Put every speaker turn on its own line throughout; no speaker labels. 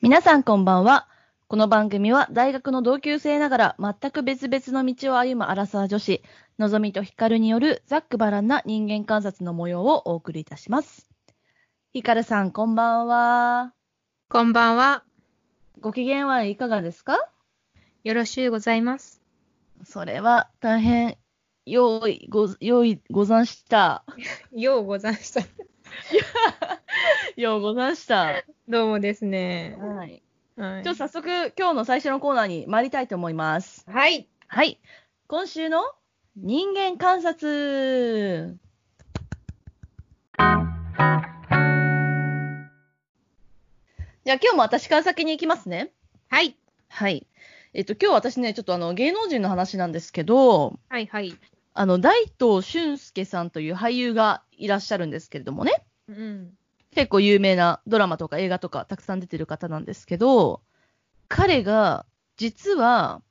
皆さんこんばんは。この番組は大学の同級生ながら全く別々の道を歩むアラサー女子、のぞみとひかるによるざっくばらんな人間観察の模様をお送りいたします。ひかるさんこんばんは。
こんばんは。
ご機嫌はいかがですか
よろしゅうございます。
それは大変、用意ご、用意ござん した。
ようござんした。
ようござんした。
どうもですね。
はい。
はい
ちょっと早速、今日の最初のコーナーに参りたいと思います。
はい。
はい。今週の人間観察。じゃあ今日も私から先に行きますね。
はい。
はい。えっと、今日私ね、ちょっとあの、芸能人の話なんですけど、
はいはい。
あの、大東俊介さんという俳優がいらっしゃるんですけれどもね、
うん。
結構有名なドラマとか映画とかたくさん出てる方なんですけど、彼が実は、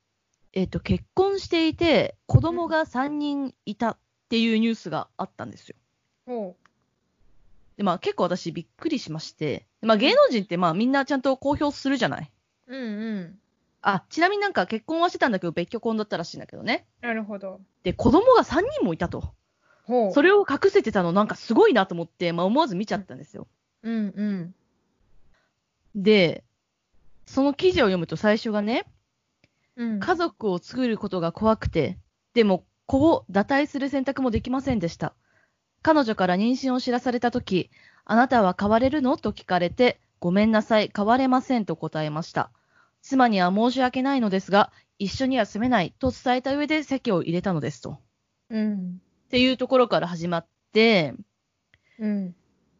えっと、結婚していて子供が3人いたっていうニュースがあったんですよ。
ほ
でまあ、結構私びっくりしまして、まあ、芸能人ってまあみんなちゃんと公表するじゃない。
う。うんうん。
あ、ちなみになんか結婚はしてたんだけど別居婚だったらしいんだけどね。
なるほど。
で、子供が3人もいたと。
ほう。
それを隠せてたのなんかすごいなと思って、まあ、思わず見ちゃったんですよ。
うんうん。
で、その記事を読むと最初がね、
うん。
家族を作ることが怖くて、でも子を堕胎する選択もできませんでした。彼女から妊娠を知らされたとき、あなたは変われるのと聞かれて、ごめんなさい、変われませんと答えました。妻には申し訳ないのですが、一緒には住めないと伝えた上で席を入れたのですと。っ
うん。
ていうところから始まって、
うん。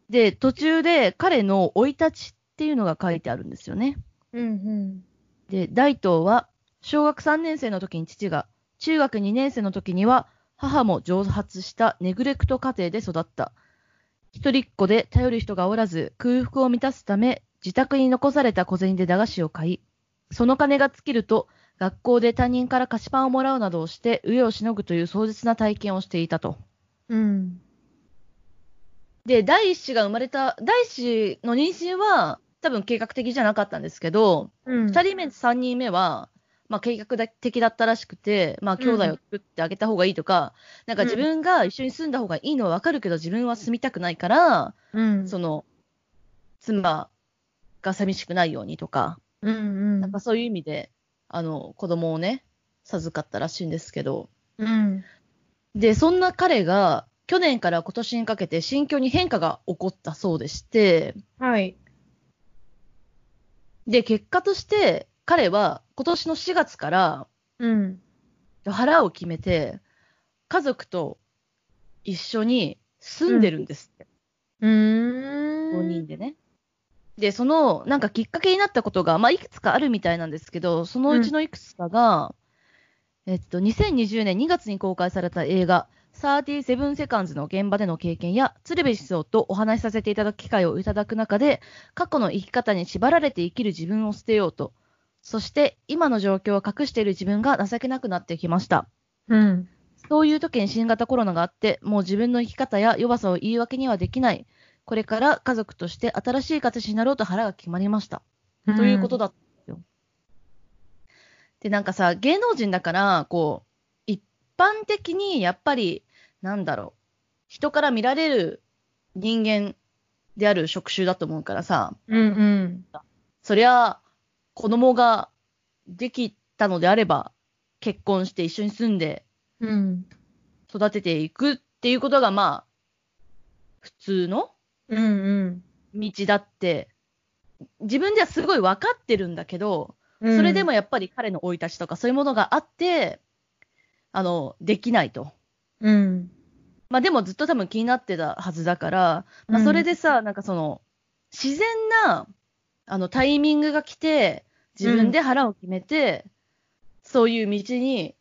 で、途中で彼の生い立ちっていうのが書いてあるんですよね。
うんうん。
で、大東は、小学3年生の時に父が、中学2年生の時には、母も蒸発したネグレクト家庭で育った。一人っ子で頼る人がおらず、空腹を満たすため、自宅に残された小銭で駄菓子を買い、その金が尽きると、学校で他人から菓子パンをもらうなどをして、飢えをしのぐという壮絶な体験をしていたと。
うん。
で、第一子が生まれた、第一子の妊娠は、多分計画的じゃなかったんですけど、
うん。
2人目、3人目は、まあ、計画的だったらしくて、まあ、兄弟を作ってあげた方がいいとか、なんか自分が一緒に住んだ方がいいのはわかるけど、自分は住みたくないから、
うん。
その、妻が寂しくないようにとか、
うんうん。
なんかそういう意味で、あの、子供をね、授かったらしいんですけど、
うん。
で、そんな彼が、去年から今年にかけて心境に変化が起こったそうでして、
はい。
で、結果として、彼は今年の4月から、
うん。
腹を決めて、家族と一緒に住んでるんですって、
うーん。
5人でね。で、その、なんかきっかけになったことが、まあ、いくつかあるみたいなんですけど、そのうちのいくつかが、えっと、2020年2月に公開された映画、37セカンズの現場での経験や、鶴瓶師匠とお話しさせていただく機会をいただく中で、過去の生き方に縛られて生きる自分を捨てようと、そして今の状況を隠している自分が情けなくなってきました。
うん。
そういう時に新型コロナがあって、もう自分の生き方や弱さを言い訳にはできない。これから家族として新しい形になろうと腹が決まりました。
うん。
ということだったんですよ。で、なんかさ、芸能人だから、こう、一般的にやっぱり、なんだろう、人から見られる人間である職種だと思うからさ、
うんうん。
そりゃ、子供ができたのであれば、結婚して一緒に住んで、
うん。
育てていくっていうことが、まあ、普通の
うんう
道
ん。
だって、自分ではすごい分かってるんだけど、
うん
それでも、やっぱり彼の生い立ちとかそういうものがあって、あの、できないと。
うん。
まあでもずっと多分気になってたはずだから、まあそれでさ、なんかその、自然な、あの、タイミングが来て、自分で腹を決めて、そういう道に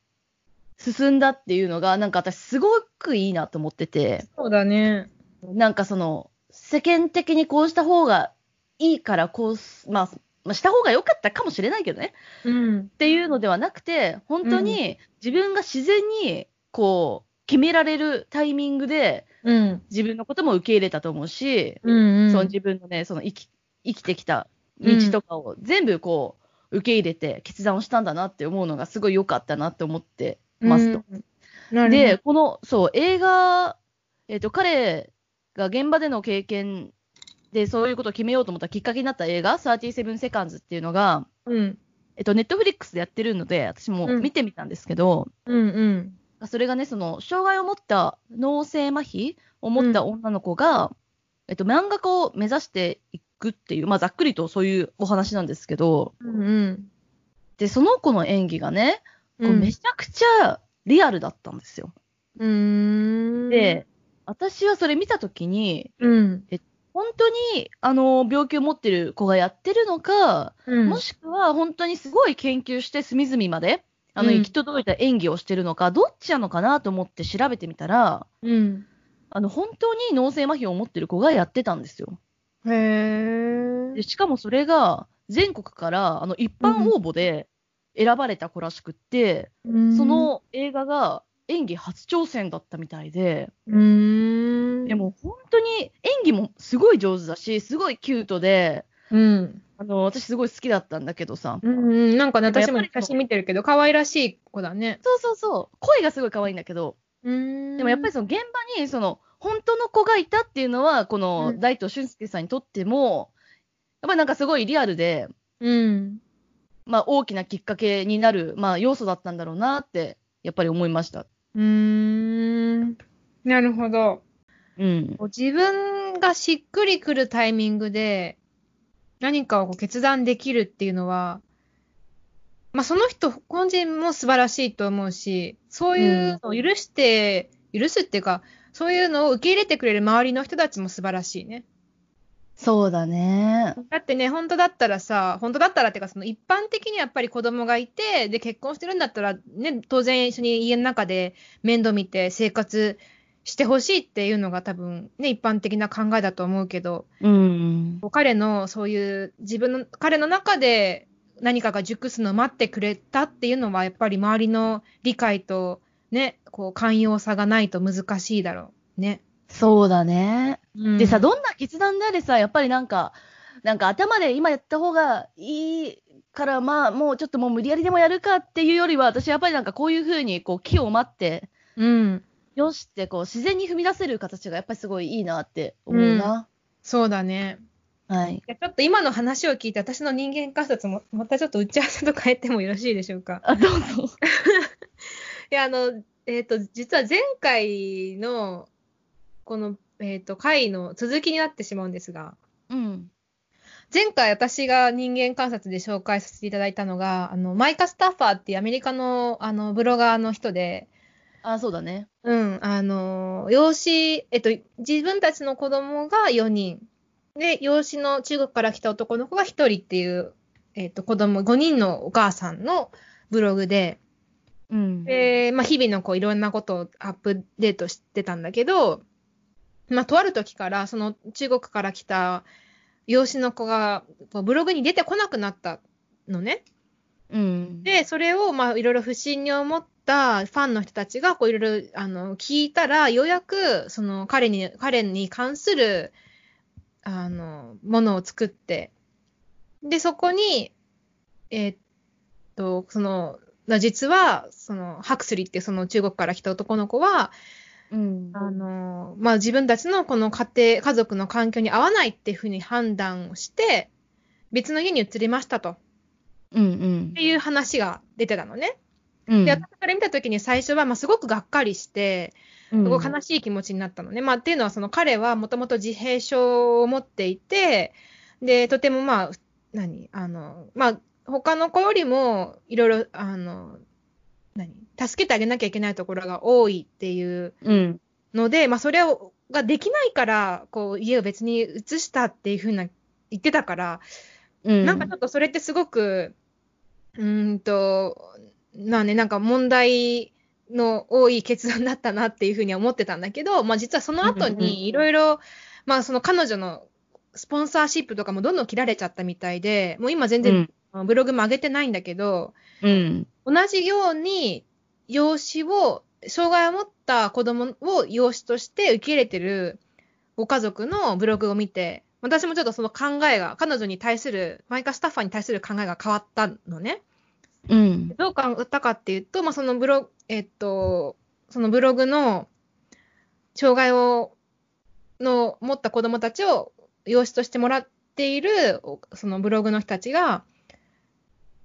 進んだっていうのが、なんか私すごくいいなと思ってて。
そうだね。
なんかその、世間的にこうした方がいいから、こうす、まあ、まあした方が良かったかもしれないけどね。
うん。
っていうのではなくて、本当に自分が自然に、こう、決められるタイミングで、
うん。
自分のことも受け入れたと思うし、
うん、うん。
その自分のね、その生き、生きてきた道とかを全部こう、受け入れて決断をしたんだなって思うのがすごい良かったなって思ってますと。
うんなるほど
で、この、そう、映画、えっ、と、彼が現場での経験でそういうことを決めようと思ったきっかけになった映画、37セカンズっていうのが、
うん。
えっ、と、ネットフリックスでやってるので、私も見てみたんですけど、
うんうん。
それがね、その、障害を持った脳性麻痺を持った女の子が、えっと、漫画家を目指していくっていう、まあ、ざっくりとそういうお話なんですけど、
うんうん。
で、その子の演技がね、こう
うん
めちゃくちゃリアルだったんですよ。
うーん。
で、私はそれ見たときに、
うん、
本当に、あの、病気を持ってる子がやってるのか、
うん。
もしくは本当にすごい研究して隅々まで、あの、
うん
行き届いた演技をしてるのか、どっちなのかなと思って調べてみたら、
うん。
あの、本当に脳性麻痺を持ってる子がやってたんですよ。
へー
でしかもそれが、全国から、あの、一般応募で選ばれた子らしくって、そ、の映画が演技初挑戦だったみたいで、
うーん。
で、も本当に演技もすごい上手だし、すごいキュートで、
うん。
あの、私すごい好きだったんだけどさ、
うんうん。なんかね、
でもやっぱり
私も
その
写真見てるけど、可愛らしい子だね。
そうそうそう、声がすごい可愛いんだけど、
うん
でもやっぱりその現場に、その、本当の子がいたっていうのは、この
うん
大東俊介さんにとっても、やっぱりなんかすごいリアルで、
うん。
まあ、大きなきっかけになる、まあ、要素だったんだろうなって、やっぱり思いました。
うーん。なるほど。
うん。
こう自分がしっくりくるタイミングで何かをこう決断できるっていうのは、まあ、その人本人も素晴らしいと思うし、そういうのを許して、許すっていうか、そういうのを受け入れてくれる周りの人たちも素晴らしいね。
そうだね。
だってね、本当だったらさ、本当だったらっていうか、その一般的にやっぱり子供がいて、で、結婚してるんだったら、ね、当然一緒に家の中で面倒見て生活してほしいっていうのが多分ね、一般的な考えだと思うけど、
うん。
彼のそういう自分の、彼の中で何かが熟すのを待ってくれたっていうのは、やっぱり周りの理解とね、こう寛容さがないと難しいだろうね。
そうだね。で
で
さ、どんな決断であれさ、やっぱりなんか、なんか頭で今やった方がいいから、まあ、もうちょっともう無理やりでもやるかっていうよりは、私はやっぱりなんかこういうふうに、こう、木を待って、
うん。
よしって、こう、自然に踏み出せる形がやっぱりすごいいいなって思うな。
そうだね。
はい。
いやちょっと今の話を聞いて、私の人間観察も、またちょっと打ち合わせと変えてもよろしいでしょうか。
あ、どうぞ。
いや、あの、えっ、と、実は前回の、この、えっ、と、回の続きになってしまうんですが、
うん。
前回私が人間観察で紹介させていただいたのが、あの、マイカ・スタッファーっていうアメリカの、あの、ブロガーの人で、
あ、そうだね。
うん、あの、養子、えっと、自分たちの子供が4人。で、養子の中国から来た男の子が1人っていう、えっと、子供5人のお母さんのブログで、
うん。
で、まあ、日々のこう、いろんなことをアップデートしてたんだけど、まあ、とある時から、その中国から来た養子の子が、こうブログに出てこなくなったのね。
うん。
で、それを、まあ、いろいろ不審に思ったファンの人たちが、こう、いろいろ、あの、聞いたら、ようやく、その、彼に、彼に関する、あの、ものを作って、で、そこに、えーっと、その、実は、その、ハクスリーっていうその中国から来た男の子は、
うん。
あの、まあ、自分たちのこの家庭、家族の環境に合わないっていうふうに判断をして、別の家に移りましたと、っ
うん
ていう話が出てたのね。
うん。
で、私から見たときに最初は、まあ、すごくがっかりして、
うん、
すごく悲しい気持ちになったのね。まあ、っていうのは、その彼はもともと自閉症を持っていて、で、とてもまあ、何あの、まあ、他の子よりも、いろいろ、あの、何助けてあげなきゃいけないところが多いっていう
うん。
ので、まあ、それを、ができないから、こう、家を別に移したっていうふうな、言ってたから、
うん。
なんかちょっとそれってすごく、うーんと、まあね、なんか問題の多い決断だったなっていうふうには思ってたんだけど、まあ実はその後
うんうんうん
にいろいろ、まあその彼女のスポンサーシップとかもどんどん切られちゃったみたいで、もう今全然ブログも上げてないんだけど、
うん。
同じように養子を、障害を持った子供を養子として受け入れてるご家族のブログを見て、私もちょっとその考えが、彼女に対する、マイカ・スタッファーに対する考えが変わったのね。
うん。
どう変わったかっていうと、まあ、そのブログ、えっと、そのブログの、障害を、の、持った子供たちを養子としてもらっている、おそのブログの人たちが、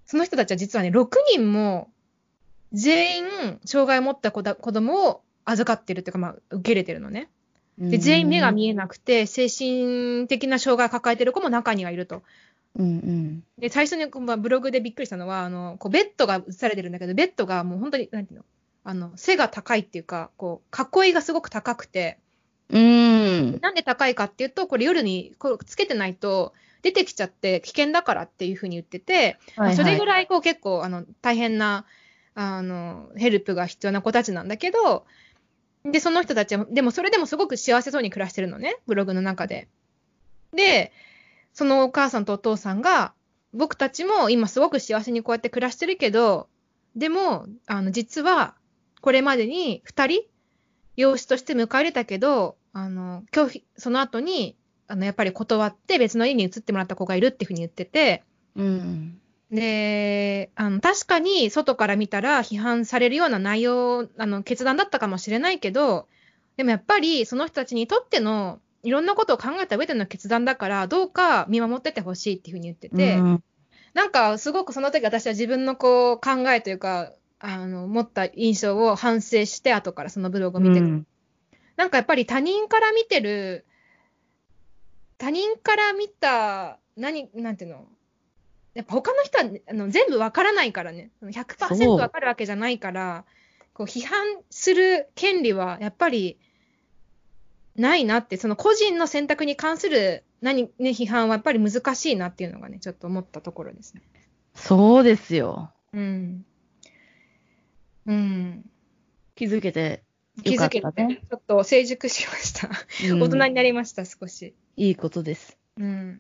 その人たちは実はね、6人も、全員、障害を持った子だ子供を預かってるっていうか、まあ、受け入れてるのね。で、全員目が見えなくて、精神的な障害を抱えてる子も中にはいると。
うんうん。
で、最初にこう、まあ、ブログでびっくりしたのは、あの、こう、ベッドが映されてるんだけど、ベッドがもう本当に、なんていうのあの、背が高いっていうか、こう、囲いがすごく高くて、
うん。
なんで高いかっていうと、これ夜にこうつけてないと、出てきちゃって危険だからっていうふうに言ってて、まあそれぐ
い。
らいこう結構、あの、大変な、あの、ヘルプが必要な子たちなんだけど、で、その人たちは、でもそれでもすごく幸せそうに暮らしてるのね、ブログの中で。で、そのお母さんとお父さんが、僕たちも今すごく幸せにこうやって暮らしてるけど、でも、あの、実は、これまでに2人、養子として迎え入れたけど、あの、拒否、その後に、あの、やっぱり断って別の家に移ってもらった子がいるっていうふうに言ってて、
うん。
で、あの、確かに外から見たら批判されるような内容、あの、決断だったかもしれないけど、でもやっぱりその人たちにとっての、いろんなことを考えた上での決断だから、どうか見守っててほしいっていうふうに言ってて、
うん
なんかすごくその時私は自分のこう考えというか、あの、持った印象を反省して、後からそのブログを見て、
うん
なんかやっぱり他人から見てる、他人から見た、何、なんていうのやっぱ他の人はあの全部わからないからね。100%
そう
わかるわけじゃないから、こう批判する権利はやっぱりないなって、その個人の選択に関する何、ね、批判はやっぱり難しいなっていうのがね、ちょっと思ったところですね。
そうですよ。
うん。うん。
気づけて
気
よか
づ
っ
け
た
て、
ね。
ちょっと成熟しました。
うん
大人になりました、少し。
いいことです。
うん。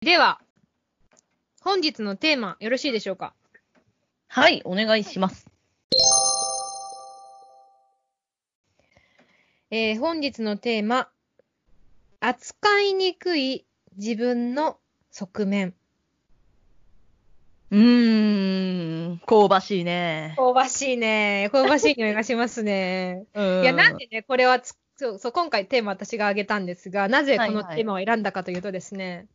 では、本日のテーマ、よろしいでしょうか。
はい、お願いします。
えー本日のテーマ、扱いにくい自分の側面。
うーん、香ばしいね。
香ばしいね。香ばしい匂いがします ね。
い
いや、なんでね、これはつそうそう、今回テーマ私が挙げたんですが、なぜこの
はいはい
テーマを選んだかというとですね、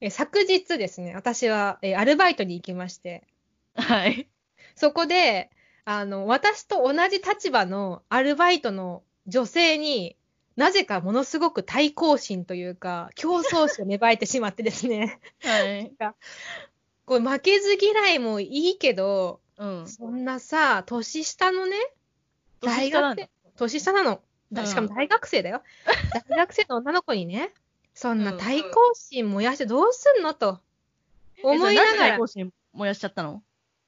えー昨日ですね、私は、えーアルバイトに行きまして、
はい。
そこで、あの、私と同じ立場のアルバイトの女性に、なぜかものすごく対抗心というか、競争心を芽生えてしまってですね、
はい。
こう負けず嫌いもいいけど、
うん。
そんなさ、年下のね、
年
大
下な
学
んだ
生、年下なの。だ
うん
しかも大学 生だよ。大学生の女の子にね、そんな
うん
対抗心燃やしてどうすんのと思い
えそれ
な
で
が
対
ら
抗。心燃やしちゃったの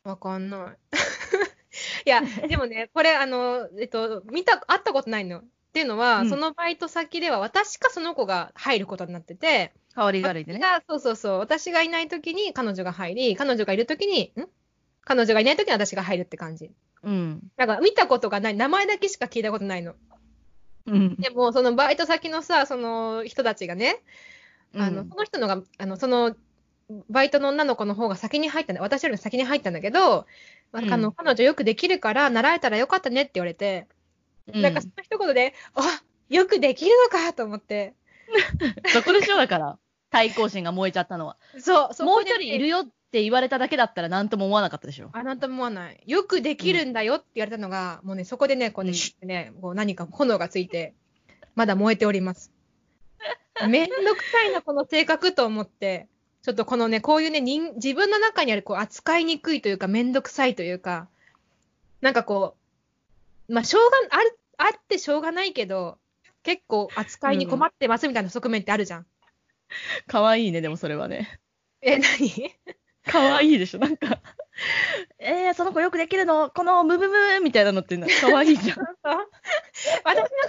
わかんない。 いや、でもね、これ、あの、えっと、見た、会ったことないの。っていうのは、
うん
そのバイト先では私かその子が入ることになってて、
代わりが悪いで
私
ね。
がそうそうそう、私がいないときに彼女が入り、彼女がいるときに、ん彼女がいないときに私が入るって感じ。
うん。
なんか見たことがない、名前だけしか聞いたことないの。
うん。
でも、そのバイト先のさ、その人たちがね、あの、
うん
その人のが、あの、その、バイトの女の子の方が先に入ったんだ、私よりも先に入ったんだけど、まああ
うん
の、彼女よくできるから、習えたらよかったねって言われて、なんかその一言で、あよくできるのかと思って。
そこでしょ、だ から。対抗心が燃えちゃったのは。
そう、そ
もう
こ
一
でね
人いるよって言われただけだったら何とも思わなかったでしょ。
あなたも思わない。よくできるんだよって言われたのが、もうね、そこでね、こう
う
ね、
ん
シュッてね、こう何か炎がついて、まだ燃えております。めんどくさいな、この性格と思って。ちょっとこのね、こういうね、人自分の中にある、こう、扱いにくいというか、めんどくさいというか、なんかこう、まあ、しょうが、ある、あってしょうがないけど、結構扱いに困ってますみたいな側面ってあるじゃん。
かわいいね、でもそれはね。
え、何
かわいいでしょ、なんか。 えー、その子よくできるのこのムムムみたいなのってなんかかわいいじゃん。
私なんか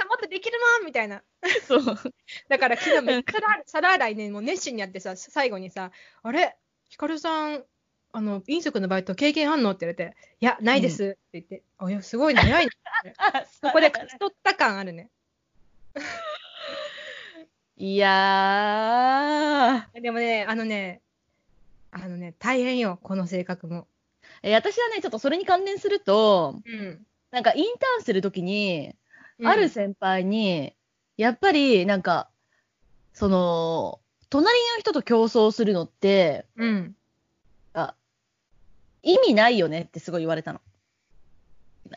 もっとできるもんみたいな。
そう。
だから昨日めっちゃ皿 皿洗いね、もう熱心にやってさ、最後にさ、あれ、ヒカルさん、あの、飲食のバイト経験あんのって言われて、いや、ないですって言って、あ、いや、すごいね、 偉いね。
あ、そ
ここで勝ち取った感あるね。
いや
でもね、あのね、あのね、大変よ、この性格も。
ー。え私はね、ちょっとそれに関連すると、
うん。
なんかインターンするときに、ある先輩に、やっぱりなんか、その、隣の人と競争するのって、
うん。
あ意味ないよねってすごい言われたの。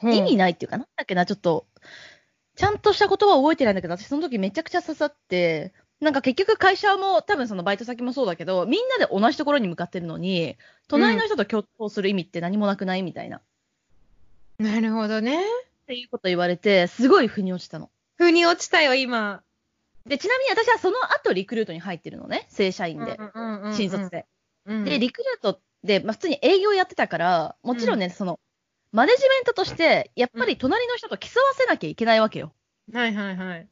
うん
意味ないっていうか、なんだっけな、ちょっと、ちゃんとした言葉を覚えてないんだけど、私その時めちゃくちゃ刺さって、なんか結局会社も多分そのバイト先もそうだけど、みんなで同じところに向かってるのに、隣の人と共闘する意味って何もなくないみたいな、っ
なるほどね。
ていうこと言われて、すごい腑に落ちたの。
腑に落ちたよ、今。
で、ちなみに私はその後リクルートに入ってるのね、正社員で、新
新
卒。で。
うん
で、リクルートで、まあ、普通に営業やってたから、もちろんね、その、マネジメントとして、やっぱり隣の人と競わせなきゃいけないわけよ。
はいはいはい。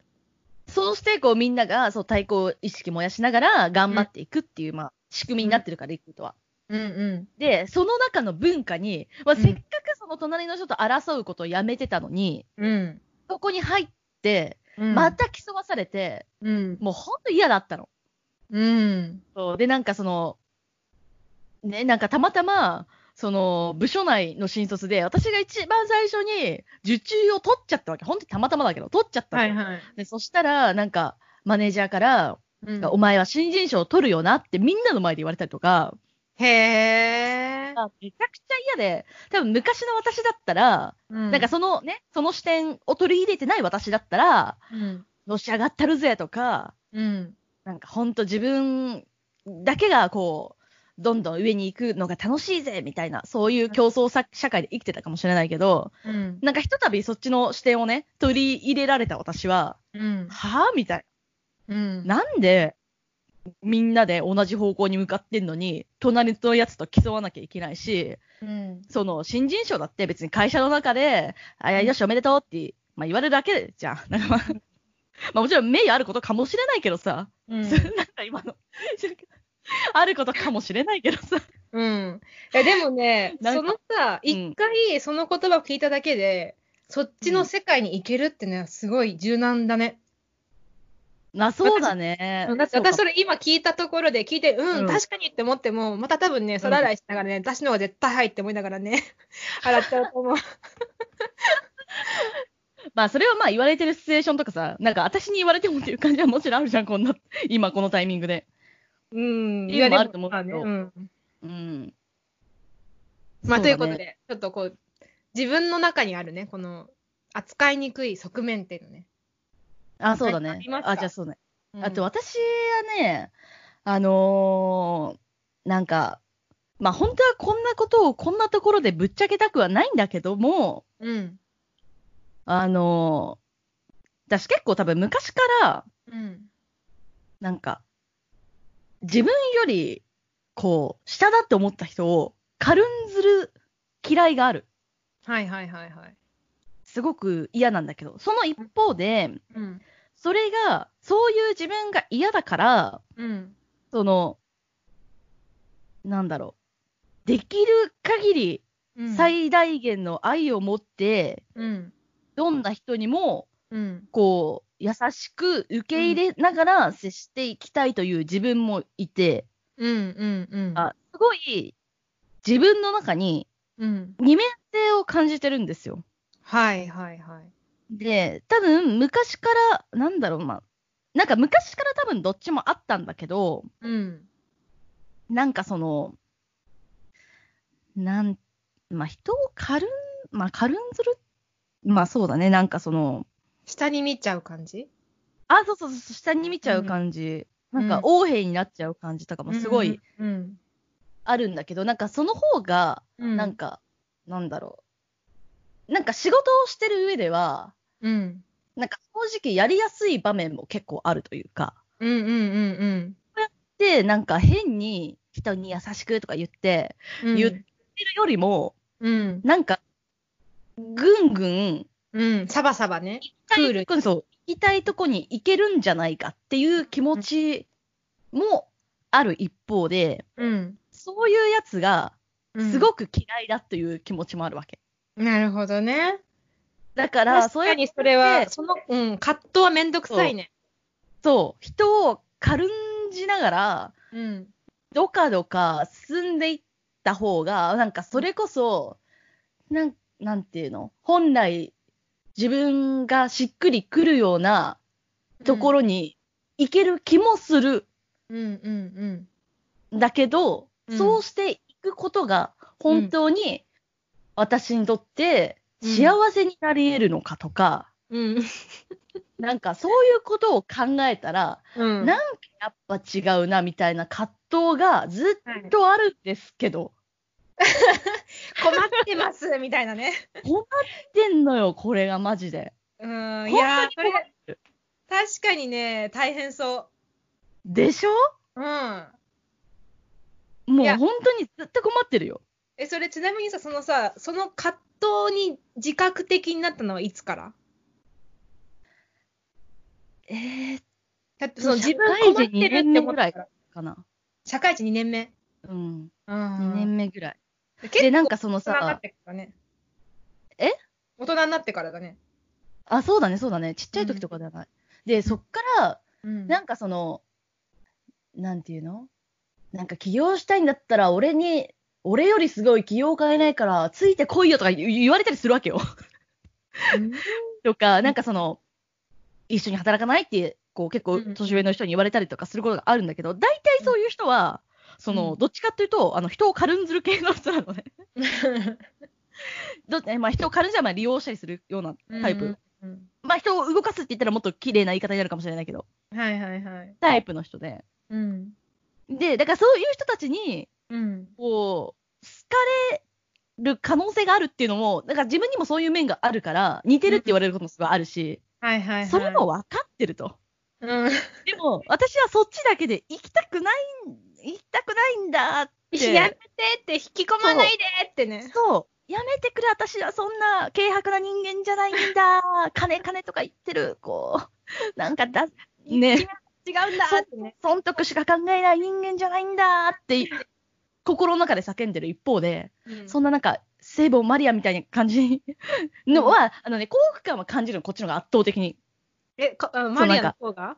そうして、こう、みんなが、そう、対抗意識燃やしながら、頑張っていくっていう、まあ、仕組みになってるから、リクルートは。
うんうん。
で、その中の文化に、まあ、
うん
せっかくその隣の人と争うことをやめてたのに、
うん。
そこに入って、
うん
ま、た競わされて、
うん。
もうほんと嫌だったの。
うん。
そうで、なんかその、ね、なんかたまたま、その、部署内の新卒で、私が一番最初に受注を取っちゃったわけ。本当にたまたまだけど、取っちゃったの
はいはい。
で、そしたら、なんか、マネージャーから、
うん
お前は新人賞を取るよなってみんなの前で言われたりとか、
へー。
めちゃくちゃ嫌で、多分昔の私だったら、
な
なんか、そのね、その視点を取り入れてない私だったら、
うん。
のし上がったるぜとか、
うん。
なんか本当自分だけがこう、どんどん上に行くのが楽しいぜみたいな、そういう競争さ社会で生きてたかもしれないけど、
うん。
なんかひとたびそっちの視点をね、取り入れられた私は、
うん。
はぁみたい
うん。
な。なんで、みんなで同じ方向に向かってんのに、隣のやつと競わなきゃいけないし、
うん。
その新人賞だって別に会社の中で、あ、いやよしおめでとうって、まあ、言われるだけじゃん。 なんかまあ、まあもちろん名誉あることかもしれないけどさ、
うん
そ んなんか今の、あることかもしれないけどさ。、
うん。え、でもね
なんか
そのさ、
うん
一回その言葉を聞いただけで、そっちの世界に行けるってね、すごい柔軟だね。
な、そうだね。
だって私
そ
そ
か
うれ今聞いたところで聞いて、うん、
うん
確かにって思っても、また多分ね、皿洗いしながらね、私の方が絶対入って思いながらね、洗っちゃうと思う。
まあ、それはまあ言われてるシチュエーションとかさ、なんか私に言われてもっていう感じはもちろんあるじゃん、こんな、今このタイミングで。
うん。
理由もあると思うけど
まあねうん
うん。
まあ、
そうだね
ということで、ちょっとこう、自分の中にあるね、この、扱いにくい側面っていうのね。
あ、そうだ
あ
ね
りま。すか
あ、じゃあそうね。
うん
あと、私はね、あのーなんか、まあ本当はこんなことをこんなところでぶっちゃけたくはないんだけども、
うん。
あのー私結構多分昔から、
うん。
なんか、自分より、こう、下だって思った人を、軽んずる嫌いがある。
はいはいはいはい。
すごく嫌なんだけど、その一方で、
うん。
それが、そういう自分が嫌だから、
うん。
その、なんだろう。できる限り、
うん。
最大限の愛を持って、
うん。
どんな人にも、
うん。
こう、優しく受け入れながら接していきたいという自分もいて、
うん。うん。うん。
あすごい自分の中に
うん。
二面性を感じてるんですよ。
はいはいはい。
で、多分昔から、なんだろう、まあ、なんか昔から多分どっちもあったんだけど、
うん。
なんかその、なん、まあ人を軽ん、まあ軽んずる、まあそうだね、なんかその、
下に見ちゃう感じ
あ、そうそうそう、下に見ちゃう感じ、
うん
なんか横柄になっちゃう感じとかもすごい。
うん。
あるんだけど、なんかその方が、
うん。
なんか、なんだろう。なんか仕事をしてる上では、
うん。
なんか正直やりやすい場面も結構あるというか、
うんうんうん
で、なんか変に人に優しくとか言って、
うん。
言ってるよりも、
うん。
なんか、ぐんぐん、
うん。サバサバね。クール
行き
に
たいそう、行きたいとこに行けるんじゃないかっていう気持ちもある一方で、
うん。
そういうやつがす
い。
ごく嫌いだという気持ちもあるわけ。
なるほどね。
だから、
確
そういう
かにそれは、その、うん、葛藤はめんどくさいね。
そう、人を軽んじながら、
うん。
どかどか進んでいった方が、なんかそれこそ、なん、なんていうの本来、自分がしっくりくるようなところに行ける気もする。
うんうん
だけど、
うん
そうしていくことが本当に私にとって幸せになり得るのかとか、
うん。うん。
なんかそういうことを考えたら、
うん。
なんかやっぱ違うなみたいな葛藤がずっとあるんですけど、
困ってますみたいなね。
困ってんのよ、これがマジで。
うん。いやー
本、
そ
当に困っ
れ、確かにね、大変そ
でしょ
う。うん。
も
いうや
本当にずっと困ってるよ。
え、それちなみにさ、そのさ、その葛藤に自覚的になったのはいつから
えー、
だってその
社
自
会人
分困ってるって思ったから。
かな。
社会人2年目。
うん。
う
2
ん。
年目ぐらい。で、
結構
なんかその
大人になっ
さ、
てからね。
え
大人になってからだね。
あ、そうだね、そうだね。ちっちゃい時とかではない。で、そっから、
うん
なんかその、なんていうのなんか起業したいんだったら、俺に、俺よりすごい起業家いないから、ついてこいよとか言言われたりするわけよ。 とか、なんかその、一緒に働かないって、こう結構
うん
年上の人に言われたりとかすることがあるんだけど、大体そういう人は、その、
うん
どっちかっていうと、あの、人を軽んずる系の人なのね。 どっちまあ、人を軽んじゃまあ利用したりするようなタイプ。
うん
まあ、人を動かすって言ったらもっと綺麗な言い方になるかもしれないけど、
はいはいはい。
タイプの人で。
うん。
で、だからそういう人たちに、
うん。
こう、好かれる可能性があるっていうのも、だから自分にもそういう面があるから、似てるって言われることもすごいあるし、
はいはいはい。
それも分かってると。
うん。
でも、私はそっちだけで行きたくない、行きたくないんだっ
やめ
て
て。って引き込まないでってね。
そう。やめてくれ、私はそんな軽薄な人間じゃないんだ。 金、金とか言ってる、こう、なんかだ、ね。
違うんだってね。
損得しか考えない人間じゃないんだって、心の中で叫んでる一方で、そんななんか、聖母マリアみたいな感じのは、あのね、幸福感は感じるの、こっちの方が圧倒的に。
え、かあマリアの方が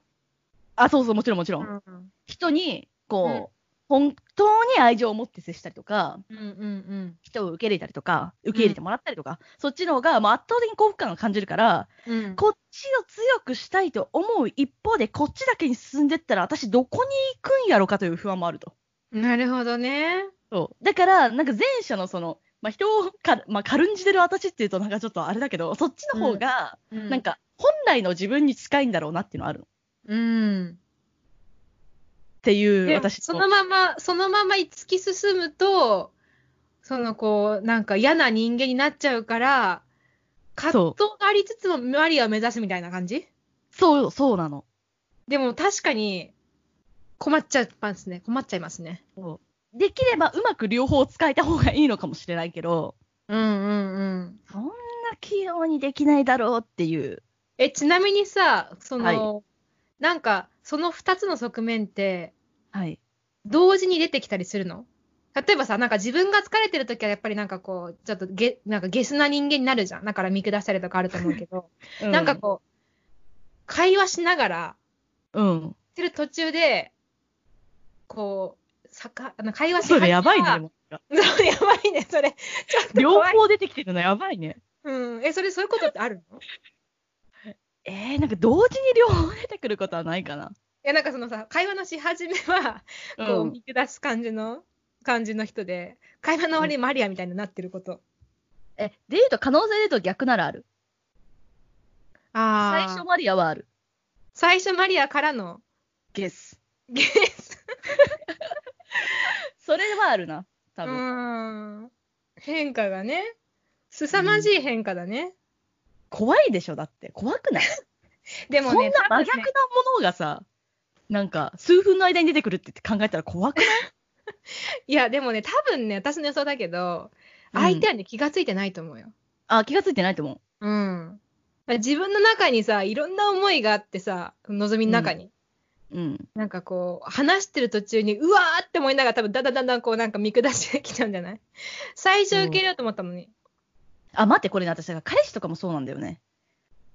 あ、そうそう、もちろんもちろん。
うん
人に、こう、本当に愛情を持って接したりとか、
うんうん
人を受け入れたりとか、受け入れてもらったりとか、そっちの方がもう圧倒的に幸福感を感じるから、
うん。
こっちを強くしたいと思う一方で、こっちだけに進んでったら、私どこに行くんやろかという不安もあると。
なるほどね。
そう。だから、なんか前者のその、まあ、人をか、まあ、軽んじてる私っていうとなんかちょっとあれだけど、そっちの方が、
な
なん、か本来の自分に近いんだろうなっていうのはあるの。っ
うん。
ていう
で
私
そのまま、そのまま突き進むと、そのこう、なんか嫌な人間になっちゃうから、葛
そう
藤がありつつもマリアを目指すみたいな感じ
そう、そうなの。
でも確かに困っちゃいますね。困っちゃいますね。
そうできればうまく両方使えた方がいいのかもしれないけど、
うんうんうん。
そんな器用にできないだろうっていう。
え、ちなみにさ、その、
は
なんか、その二つの側面って、
はい。
同時に出てきたりするの例えばさ、なんか自分が疲れてるときはやっぱりなんかこう、ちょっとゲ、なんかゲスな人間になるじゃん。だから見下したりとかあると思う けど、なんかこう、会話しながら、
うん、うん。
してる途中で、こう、さか、あの、会話し
それやばいね、
な
で
が
も。
ら そうやばいね、それ。ちょっと
両
怖い。
方出てきてるのやばいね。
うん。え、それ、そういうことってあるのい
えー、なんか同時に両方出てくることはないかな。
や、なんかそのさ、会話のし始めは、
う
こうん見下す感じの、感じの人で、会話の終わりにマリアみたいになってること。
え、で言うと可能性で言うと逆ならある。最
あ
初マリアはある。
最初マリアからの
ゲ ス。
ゲス。
それはあるな、
う
多分。
ん。変化がね。凄まじい変化だね。
怖いでしょ、だって。怖くない、
で
そ
も
んな
ね、
真逆なものがさ、なんか、数分の間に出てくるって考えたら怖くない
いや、でもね、多分ね、私の予想だけど、
うん
相手はね、気がついてないと思うよ。
あ、気がついてないと思う。
うん。だから自分の中にさ、いろんな思いがあってさ、望みの中に。
うん。
なんかこう、話してる途中に、うわーって思いながら、多分だんだんだんだんこう、なんか見下してきたんじゃない最初受け入れようと思ったのに。
あ、待って、これね、私、だから彼氏とかもそうなんだよね。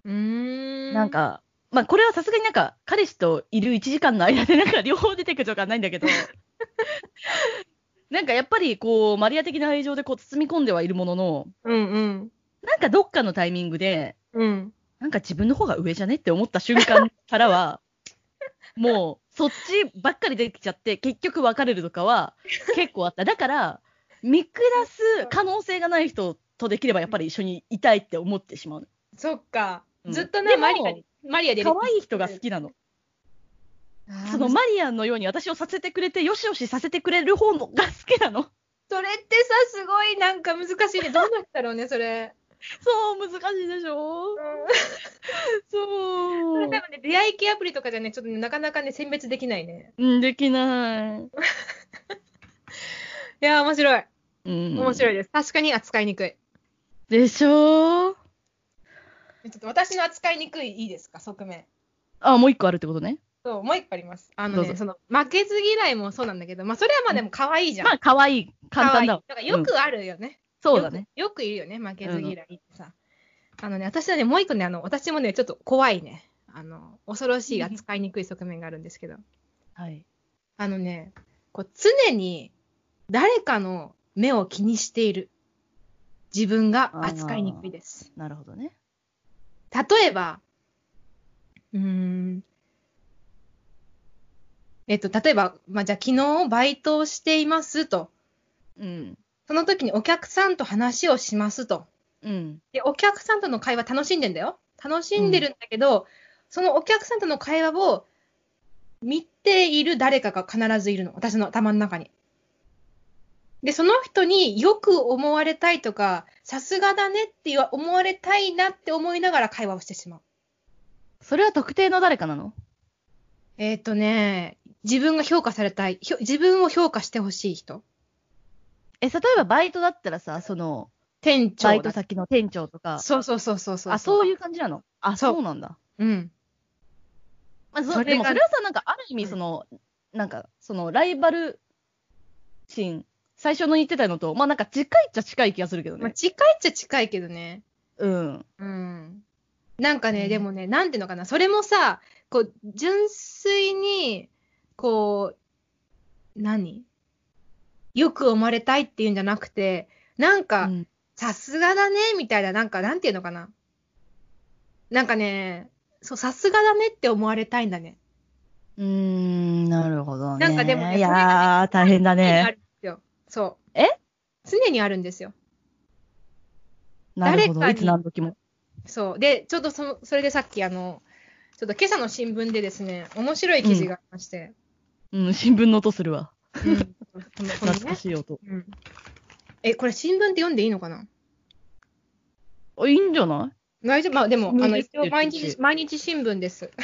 うーん。
なん、か、まあ、これはさすがになんか、彼氏といる1時間の間で、なんか両方出てくるとかないんだけ ど、なんかやっぱりこう、マリア的な愛情でこう包み込んではいるものの、
うんうん。
なんかどっかのタイミングで、
うん。
なんか自分の方が上じゃねって思った瞬間から は、もうそっちばっかり出てきちゃって、結局別れるとかは結構あった。だから、見下す可能性がない人とできればやっぱり一緒にいたいって思ってしまうの。
そっか。
うん
ずっとね、
でも
マリアに、マリアで
可愛い人が好きなの。その
ま、
マリアンのように私をさせてくれて、よしよしさせてくれる方のが好き なの。
それってさ、すごいなんか難しいね。どんな人だろうね、それ。
そう、難しいでしょ
そ
そ
れ
う
多。分ね、出会い系アプリとかじゃね、ちょっとね、なかなかね、選別できないね。
うん、できない。
いやー、面白い。
うん。
面白
い。
いです。確かに扱いにくい。
でしょ
ちょっと私の扱いにくい、いいですか、側面。
あ、もう一個あるってことね。
そう、もう一個あります。あの
どう
ね、
ぞ
その、負けず嫌いもそうなんだけど、まあ、それはまあでも可愛いじゃん。
まあ、可愛い。簡単だわ。
可愛いなんかよくあるよね。
そうだね。
よく。よくいるよね、負けず嫌いってさ。あのね、私はね、もう一個ね、あの、私もね、ちょっと怖いね。あの、恐ろしい扱いにくい側面がある んですけど。
はい。
あのね、こう、常に誰かの目を気にしている自分が扱いにくいです。
なるほどね。
例えば、うーん、えっと、例えば、まあ、じゃあ昨日バイトをしていますと。
うん。
その時にお客さんと話をしますと。
うん。
で、お客さんとの会話楽しんでんだよ。楽しんでるんだけど、そのお客さんとの会話を見ている誰かが必ずいるの。私の頭の中に。で、その人によく思われたいとか、さすがだねって言わ思われたいなって思いながら会話をしてしまう。
それは特定の誰かなの
えーっ、とね、自分が評価されたい、ひょ自分を評価してほしい人。
え、例えばバイトだったらさ、その、
店長だ
バイト先の店長とか、
そうそうそうそうそう。
あ、そう
う。
いう感じなのあ、
そう
そうなんだ。
うん。
まあ、そ
それが
でもそれはさ、なんかある意
う
味、
ん
その、なんか、そのライバル心、最初の言ってたのと、まあなんか近いっちゃ近い気がするけど
まあ、
ね。
近いっちゃ近いけどね。
うん。
うん。なんかね、
うん
でもね、なんていうのかな、それもさ、こう、純粋に、こう、何よく思われたいっていうんじゃなくて、なん
う
か、
ん
さすがだね、みたいな、なんか、なんていうのかな。なんかね、そう、さすがだねって思われたいんだね。
うーん、なるほどね。
なんかでもね
いやー、大変だ
常にあ
ね。
るんですよ。そう。
え
常にあるんですよ。
なるほど。
誰かに
いつ何時も。
そう。で、ちょうどそのそれでさっき、あの、ちょっと今朝の新聞でですね、面白い記事がありまして、
うん、新聞の音するわ。
うん、このこの
懐か
ね、
しい音。
うん。え、これ新聞って読んでいいのかな
あいいんじゃな
大丈夫まあでも、
新聞
あの、
です
一
よ
応毎
って言っ
日、
て
毎日新聞です。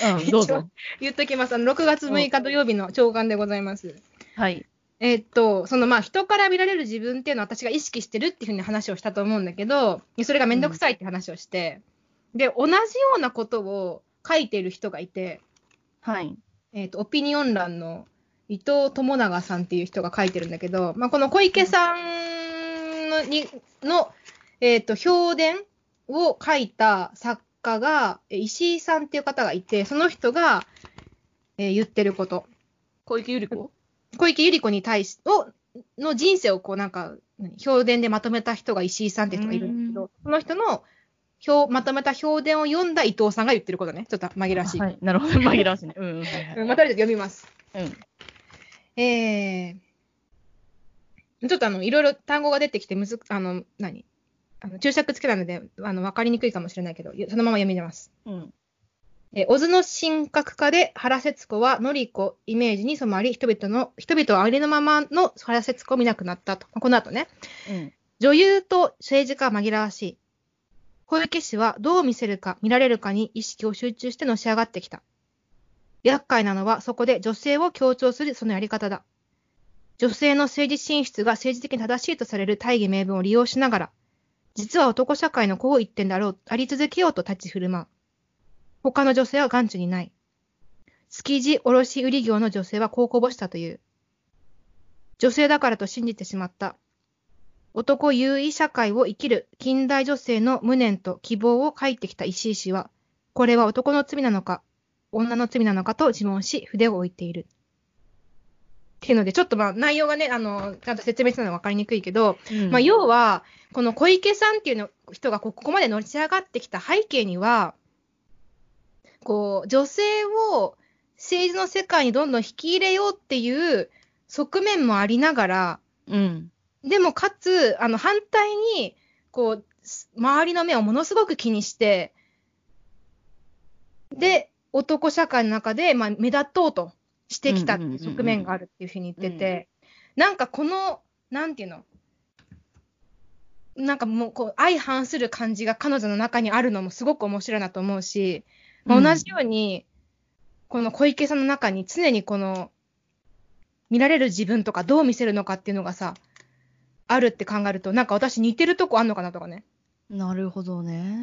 いうん、どうぞ。
言っときます。あの、6月6日土曜日の朝刊でございます。
はい。
えっと、そのまあ人から見られる自分っていうのは私が意識してるっていうふうに話をしたと思うんだけど、それがめんどくさいって話をして、で、同じようなことを書いてる人がいて、
はい。
えっと、オピニオン欄の伊藤友永さんっていう人が書いてるんだけど、まあ、この小池さんのにの、えっと、評伝を書いた作家が、え石井さんっていう方がいて、その人が、えー言ってること。
小池百合子
小池百合子に対し、を、の人生をこうなんか、何評伝でまとめた人が石井さんって人がいるんだけ
う
ど、その人の表、まとめた評伝を読んだ伊藤さんが言ってることね。ちょっと紛らわしい。
はい。な るほど。紛らわしいね。うん。うんはいはい
うんまた読みます。
うん。
えー、ちょっとあの、いろいろ単語が出てきてむず、あの、何あの注釈つけたので、あの、わかりにくいかもしれないけど、そのまま読みます。
うん。
えー、小津の神格化で原節子はのりこイメージに染まり、人々の、人々はありのままの原節子を見なくなったと。まあこの後ね。
うん。
女優と政治家は紛らわしい。小池氏はどう見せるか、見られるかに意識を集中してのし上がってきた。厄介なのはそこで女性を強調するそのやり方だ。女性の政治進出が政治的に正しいとされる大義名分を利用しながら、実は男社会のこう一点であろう、あり続けようと立ち振る舞う。他の女性は眼中にない。築地卸売業の女性はこうこぼしたという。女性だからと信じてしまった。男優位社会を生きる近代女性の無念と希望を書いてきた石井氏は、これは男の罪なのか、女の罪なのかと自問し、筆を置いている。っていうので、ちょっとまあ内容がね、あの、ちゃんと説明するのは分かりにくいけど、
うん
まあ、要は、この小池さんっていうの人がここまで乗り上がってきた背景には、こう、女性を政治の世界にどんどん引き入れようっていう側面もありながら、
うん。
でもかつ、あの、反対に、こう、す周りの目をものすごく気にして、で、男社会の中で、まあ、目立とうとしてきたっていう側面があるっていうふうに言ってて、なんかこの、なんていうの、なんかもう、こう、相反する感じが彼女の中にあるのもすごく面白いなと思うし、まあ
うん
同じように、この小池さんの中に常にこの、見られる自分とかどう見せるのかっていうのがさ、あるって考えると、なんか私似てるとこあんのかなとかね。
なるほどね。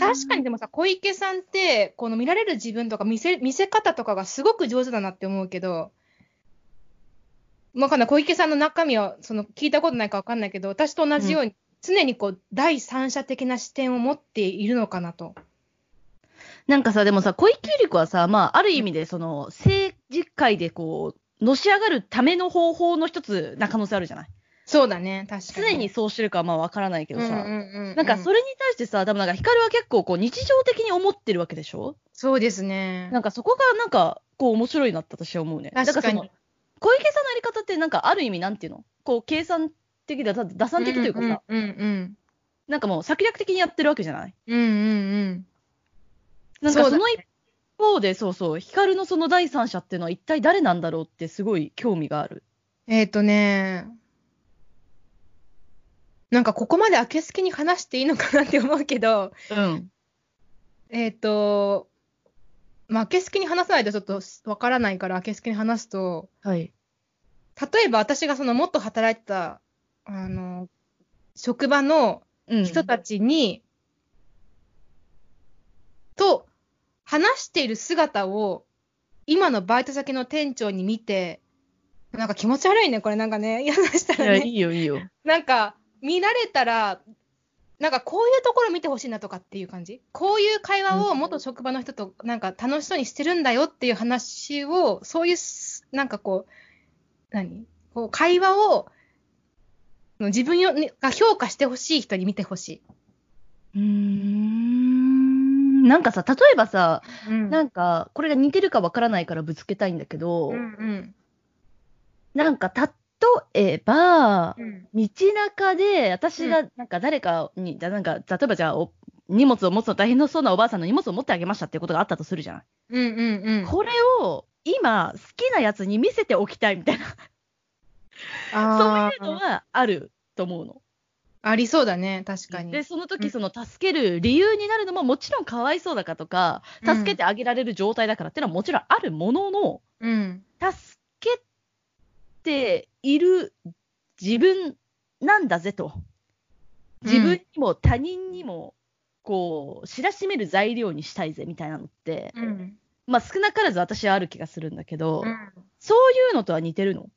確かにでもさ、小池さんって、この見られる自分とか見せ、見せ方とかがすごく上手だなって思うけど、わかんない。小池さんの中身は、その、聞いたことないかわかんないけど、私と同じように、常にこう、第三者的な視点を持っているのかなと。
なんかさ、でもさ、小池百合子はさ、まあ、ある意味で、その、政治界でこう、のし上がるための方法の一つな可能性あるじゃない
そうだね、確かに。
常にそうしてるかはまあわからないけどさ、
な
なんかそれに対してさ、でもなんか光は結構こう日常的に思ってるわけでしょ
そうですね。
なんかそこがなんかこう面白いなって私は思うね。
確か
だ
に
からその小池さんのやり方ってなんかある意味なんていうのこう計算的だ、だ打算的というかさ、
うんうん
なんかもう策略的にやってるわけじゃない
うん。うんうん
なんか
そ
そ
うだね
の一方で、そうそう、光のその第三者っていうのは一体誰なんだろうってすごい興味がある。
うん。えっ、とね、なんかここまで明けすけに話していいのかなって思うけど、
うん。
えっ、と、まあ、明けすけに話さないとちょっとわからないから、明けすけに話すと、
はい。
例えば私がそのもっと働いてた、あの、職場の
うん、
人たちに、と、話している姿を、今のバイト先の店長に見て、なんか気持ち悪いね、これなんかね、話した
い
ら
や、い
ね。
いよいいよ。
なんか、見られたら、なんかこういうところ見てほしいなとかっていう感じこういう会話を元職場の人となんか楽しそうにしてるんだよっていう話を、そういうす、なんかこう、何こう会話を、自分よが評価してほしい人に見てほしい。
うーん。なんかさ、例えばさ、
な
なんんか、これが似てるかわからないからぶつけたいんだけど、
うん
なんか、例えば、
うん
道中で、私が、なんか誰かに、だなんか、例えばじゃあ、お荷物を持つの大変そうなおばあさんの荷物を持ってあげましたっていうことがあったとするじゃない。
うんうん
これを、今、好きなやつに見せておきたいみたいな、そういうのはあると思うの。
ありそうだね、確かに。
で、その
う
時、
ん
その、助ける理由になるのも、もちろんかわいそうだかとか、助けてあげられる状態だからっていうのはもちろんあるものの、
うん。
助けている自分なんだぜと。
うん
自分にも他人にも、こう、知らしめる材料にしたいぜみたいなのって、
うん。
まあ少なからず私はある気がするんだけど、
うん
そういうのとは似てるの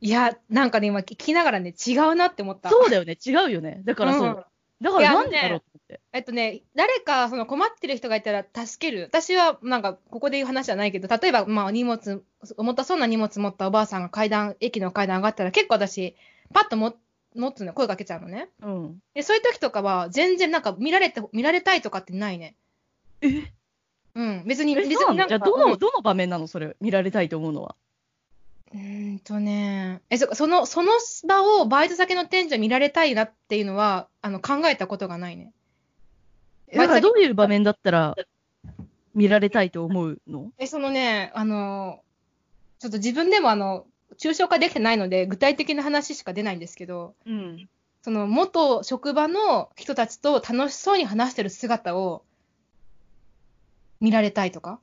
いや、なんかね、今聞きながらね、違うなって思った。
そうだよね、違うよね。だからそう。
うん
だか
い
ら
や
なんでだろうと思って。
えっとね、誰かその困ってる人がいたら助ける。私はなんか、ここで言う話じゃないけど、例えば、まあ、荷物、重たそうな荷物持ったおばあさんが階段、駅の階段上がったら、結構私、パッとも持つの、声かけちゃうのね。
うん。
で、そういう時とかは、全然なんか、見られて、見られたいとかってないね。
え
うん、別に、
え
別
そうな
に
の
なん
じゃ
か
あどの、
うん
どの場面なのそれ、見られたいと思うのは。
うーんとね、え、そその、その場をバイト先の店長に見られたいなっていうのは、あの、考えたことがないね。
だから
バイト先
どういう場面だったら、見られたいと思うの
え、そのね、あの、ちょっと自分でもあの、抽象化できてないので、具体的な話しか出ないんですけど、
うん。
その、元職場の人たちと楽しそうに話してる姿を、見られたいとか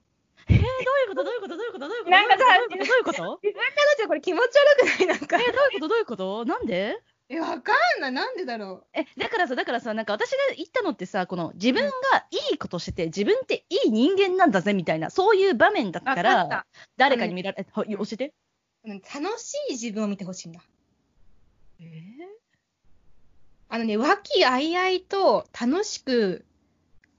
えー、どういうことどういうことどういうことどういうこと
なんかさ
どういうことどういうこと
自分からじゃこれ気持ち悪くないなんか
えー、どういうことどういうことなんで
え、わかんない。なんでだろ
え、だからさ、だからさ、なんか私が言ったのってさ、この自分がいいことしてて、自分っていい人間なんだぜみたいな、そういう場面だっ
う。わ
た
かった
ら、。誰かに見られ、えはい教えて。
うん楽しい自分を見てほしいんだ。
え
あのね、和気あいあいと楽しく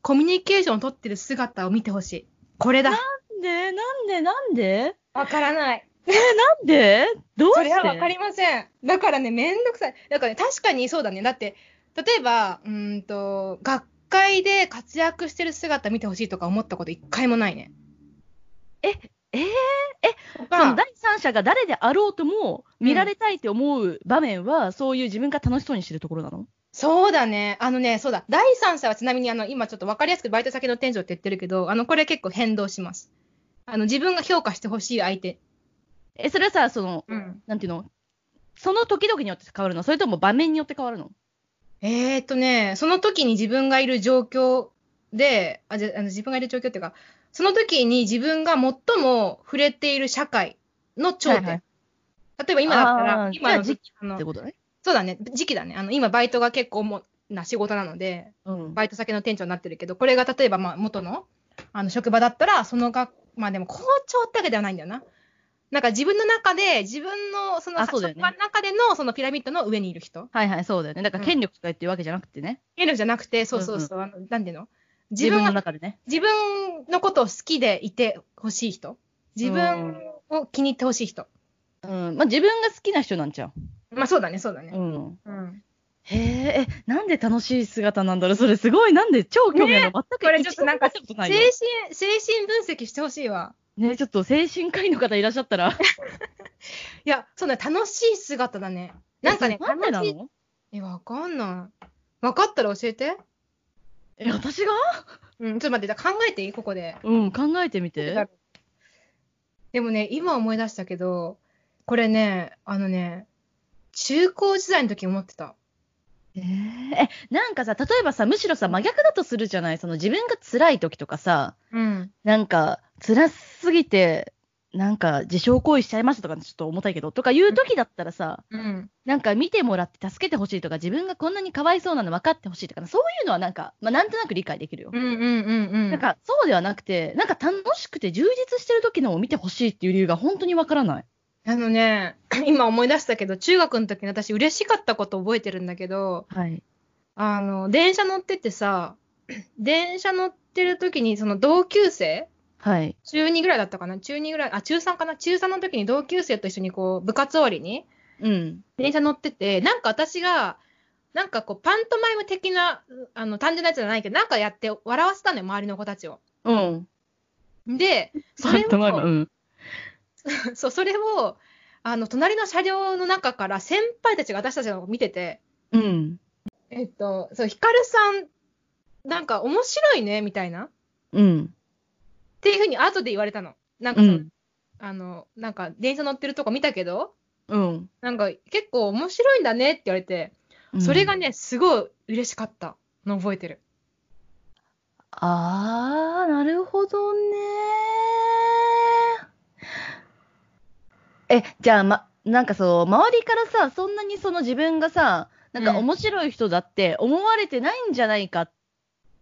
コミュニケーションを取ってる姿を見てほしい。これだ。
なんでなんでなんで
わからない。
なんでどう
そ
して
れはわかりません。だからね、めんどくさい。だからね、確かにそうだね。だって、例えば、うーんと、学会で活躍してる姿見てほしいとか思ったこと一回もないね。
えー
と
そ
か
の第三者が誰であろうとも見られたいって思う場面は、そういう自分が楽しそうにしてるところなの
そうだね。あのね、そうだ。第三者はちなみに、あの、今ちょっとわかりやすくバイト先の店長って言ってるけど、あの、これ結構変動します。あの、自分が評価してほしい相手。
え、それはさ、その、
うん。
なんていうのその時々によって変わるのそれとも場面によって変わるの
えーっとね、その時に自分がいる状況で、あ、じゃ、あの、自分がいる状況っていうか、その時に自分が最も触れている社会の頂点。
はいはい
例えば今だった
あ
ら
ー、
今の
じゃあ時期
あの
ってことね。
そうだね、時期だね。あの、今バイトが結構主な仕事なので、
うん。
バイト先の店長になってるけど、これが例えば、まあ、元のあの職場だったら、その学、まあでも校長ってわけではないんだよな。なんか自分の中で、自分のその
あそうだ
職場
よね
の中でのそのピラミッドの上にいる人。
はいはい、そうだよね。だから
うん
権力とか言ってるわけじゃなくてね。
いるじゃなくて、そうそうそう、あのなんていうの
自
自
分
分
の
が、
中でね。
自分のことを好きでいてほしい人。自分を気に入ってほしい人。
うん。まあ、自分が好きな人なんちゃ
まあそうだね、そうだ
う。
ね。
うん。
うん。
へえ、えなんで楽しい姿なんだろうそれすごい、なんで超興味あるの、全く
これちょっとなんか
一度も見たことな
精
いよ
神、精神分析してほしいわ。
ねちょっと精神科医の方いらっしゃったら。
いや、そうだね、楽しい姿だね。 なんかね、
えそれ なんでな
楽しい
の
え、わかんない。わかったら教えて。
え、私が
うん、ちょっと待って、考えていいここで。
うん、考えてみて。
でもね、今思い出したけど、これね、あのね、中高時代の時思ってた。
えーえ、なんかさ、例えばさ、むしろさ、真逆だとするじゃないその自分が辛い時とかさ、
うん。
なんか、辛すぎて、なんか、自傷行為しちゃいましたとか、ちょっと重たいけど、とかいう時だったらさ、
うん。
なんか見てもらって助けてほしいとか、自分がこんなにかわいそうなの分かってほしいとか、そういうのはなんか、まあ、なんとなく理解できるよ
う。んうんうんうん。
なんか、そうではなくて、なんか楽しくて充実してる時のを見てほしいっていう理由が本当にわからない。
あのね、 今思い出したけど、中学の時に私嬉しかったこと覚えてるんだけど、
はい。
あの、電車乗っててさ、 電車乗ってる時に、その同級生
はい。
中2ぐらいだったかな中2ぐらい、あ、中3かな中3の時に同級生と一緒にこう、部活終わりに、
うん。
電車乗ってて、なんか私が、なんかこう、パントマイム的な、あの、単純なやつじゃないけど、なんかやって笑わせたのよ、周りの子たちを。
うん。
で、それ
パントマイム
を、
うん。
そう、それを、あの、隣の車両の中から先輩たちが私たちのを見てて、
うん。
えっと、そう、ヒカルさん、なんか面白いね、みたいな。っ
うん。
ていうふうに後で言われたの。なんか
う
その、
ん。
あの、なんか電車乗ってるとこ見たけど、
うん。
なんか結構面白いんだねって言われて、それがね、すごい嬉しかったの覚えてる。
あー、なるほどねえ、じゃあ、ま、なんかそう、周りからさ、そんなにその自分がさ、なん
うん
か面白い人だって思われてないんじゃないかっ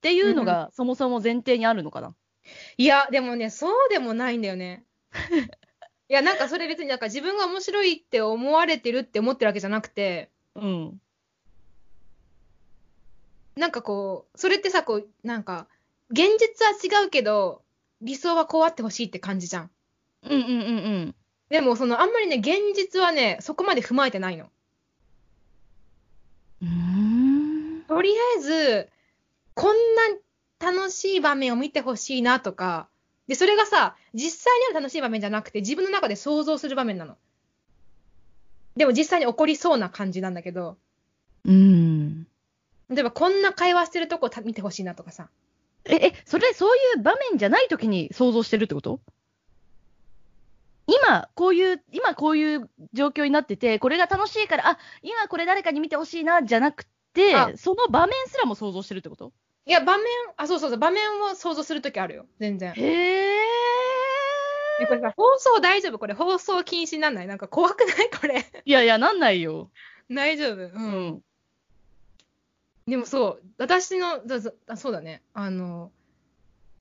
ていうのが、そもそも前提にあるのかな。
いや、でもね、そうでもないんだよね。 いや、なんかそれ別になんか自分が面白いって思われてるって思ってるわけじゃなくて、
うん。
なんかこう、それってさ、こう、なんか、現実は違うけど、理想はこうあってほしいって感じじゃん。
うんうんうんうん。
でも、その、あんまりね、現実はね、そこまで踏まえてないの。
うーん。
とりあえず、こんな楽しい場面を見てほしいなとか、で、それがさ、実際にある楽しい場面じゃなくて、自分の中で想像する場面なの。でも実際に起こりそうな感じなんだけど、
うん。
例えばこんな会話してるとこた見てほしいなとかさ。
え、え、それ、そういう場面じゃないときに想像してるってこと今、こういう、今こういう状況になってて、これが楽しいから、あ、今これ誰かに見てほしいな、じゃなく
あ
て、その場面すらも想像してるってこと
いや、場面、あ、そうそうそう、場面を想像するときあるよ。全然。
へえ。
えこれさ、放送大丈夫これ放送禁止になんないなんか怖くないこれ。
いやいや、なんないよ。
大丈夫。う。
うんん。
でもそう、私の、だだあそうだね。あの、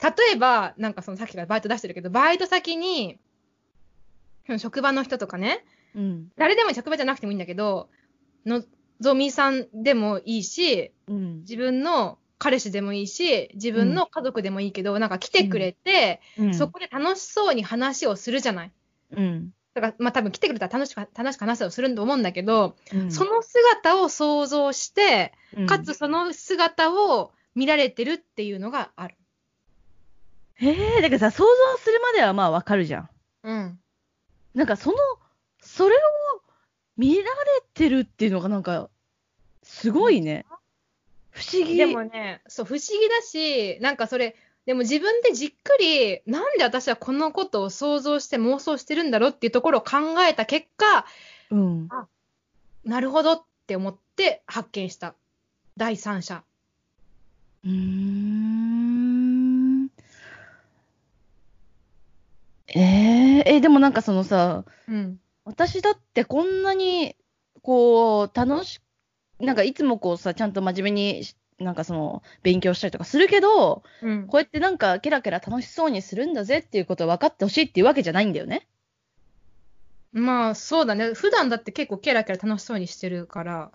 例えば、なんかそのさっきからバイト出してるけど、バイト先に、その職場の人とかね、
うん。
誰でも職場じゃなくてもいいんだけど、のぞみさんでもいいし、
うん。
自分の彼氏でもいいし、自分の家族でもいいけど、なんか来てくれて、
うん
そこで楽しそうに話をするじゃない。
うん。
だから、まあ多分来てくれたら楽しく、楽しく話をすると思うんだけど、
うん
その姿を想像して、
うん
かつその姿を見られてるっていうのがある。
へえ、だからさ、想像するまではまあわかるじゃん。
うん。
なんかその、それを見られてるっていうのがなんか、すごいね。不思議。
でもね、そう、不思議だし、なんかそれ、でも自分でじっくり、なんで私はこのことを想像して妄想してるんだろうっていうところを考えた結果、
うん。
なるほどって思って発見した。第三者。
うーん。えー、え、でもなんかそのさ、
うん。
私だってこんなに、こう、楽し、なんかいつもこうさ、ちゃんと真面目にし、なんかその、勉強したりとかするけど、
うん。
こうやってなんかケラケラ楽しそうにするんだぜっていうことを分かってほしいっていうわけじゃないんだよね。
まあ、そうだね。普段だって結構キャラキャラ楽しそうにしてるから。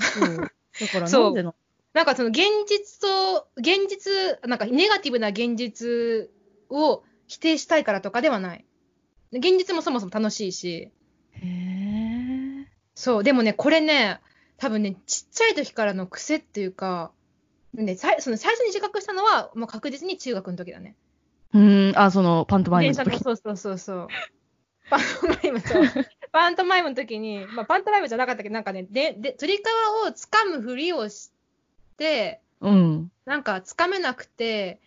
だから
そう
なんでの
なんかその現実と、現実、なんかネガティブな現実を否定したいからとかではない。現実もそもそも楽しいし。
へえ。
そう、でもね、これね、多分ね、ちっちゃい時からの癖っていうか、ね、さいその最初に自覚したのは、もう確実に中学の時だね。
うーん、あ、その、パントマイム
電
の
車の、
時。
そうそうそうそう。パントマイムと、 パントマイムの時に、まあ、パントマイムじゃなかったけど、なんかね、で、で、鳥皮を掴むふりをして、
うん。
なんか掴めなくて、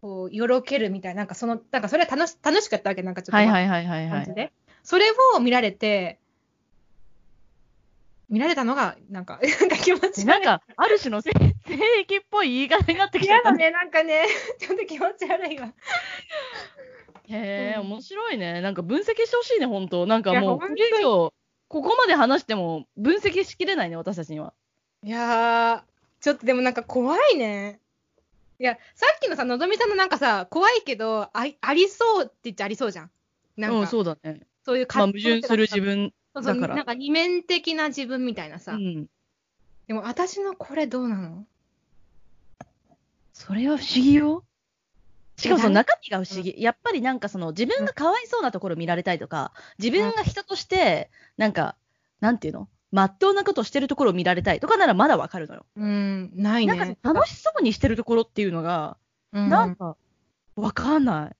こう、よろけるみたいな、なんかその、なんかそれは楽し、楽しかったわけ、なんかちょっと、
はいはいはいはいは
感じ
い。
で、それを見られて、見られたのが、なんか、 なんか気持ち悪い。
なんか、ある種の性性癖っぽい言い方になってきちゃ
嫌
っ
だ
た。
ね、なんかね、 ちょっと気持ち悪いわ。
へえ、
うん
面白いね。なんか分析してほしいね、本当なんか
いや
もう、こ
本当に
れ以上、ここまで話しても分析しきれないね、私たちには。
いやー、ちょっとでもなんか怖いね。いや、さっきのさ、のぞみさんのなんかさ、怖いけど、あありそうって言っちゃありそうじゃん。なんか、
うん、
そう
そうだね。
いう
まあ、
感
矛盾する自分
そうそう
だから
なんか二面的な自分みたいなさ。
うん。
でも私のこれどうなの
それは不思議よ。しかもその
なん
中身が不思議。やっぱりなんかその自分がかわいそうなところ見られたいとか、自分が人として、なんか、なんていうのまっとうなことしてるところを見られたいとかならまだわかるのよ。
うん、ない
なん
ね。
か楽しそうにしてるところっていうのが、
うん
なんか、わかんない。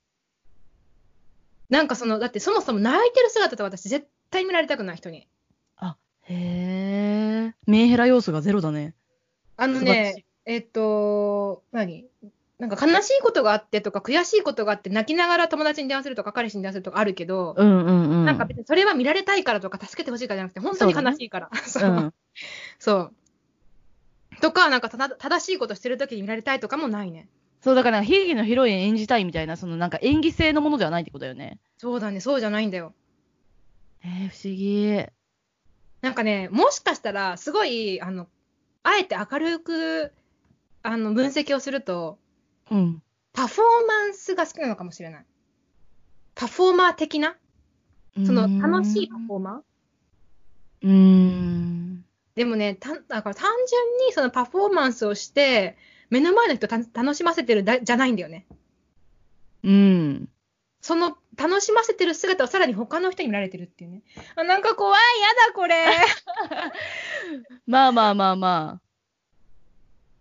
なんかその、だってそもそも泣いてる姿と私絶対見られたくない人に。
へえ。メンヘラ要素がゼロだね。
あの
素晴らし
ね、えっと、何なんか悲しいことがあってとか悔しいことがあって泣きながら友達に電話するとか彼氏に電話するとかあるけど、
うんうんうん。
なんか別にそれは見られたいからとか助けてほしいからじゃなくて、本当に悲しいから。そう,、
う。
そうんとか、なんかただ正しいことしてるときに見られたいとかもないね。
そう、だから、悲劇のヒロイン演じたいみたいな、そのなんか演技性のものではないってことだよね。
そうだね、そうじゃないんだよ。
えー、不思議。
なんかね、もしかしたら、すごい、あの、あえて明るく、あの、分析をすると、
うん。
パフォーマンスが好きなのかもしれない。パフォーマー的なその楽しいパフォーマー
うーん。
でもね、ただから単純にそのパフォーマンスをして、目の前の人をた楽しませてるだじゃないんだよね。
うん。
その楽しませてる姿をさらに他の人に見られてるっていうね。あなんか怖い、やだこれ。
まあまあまあまあ。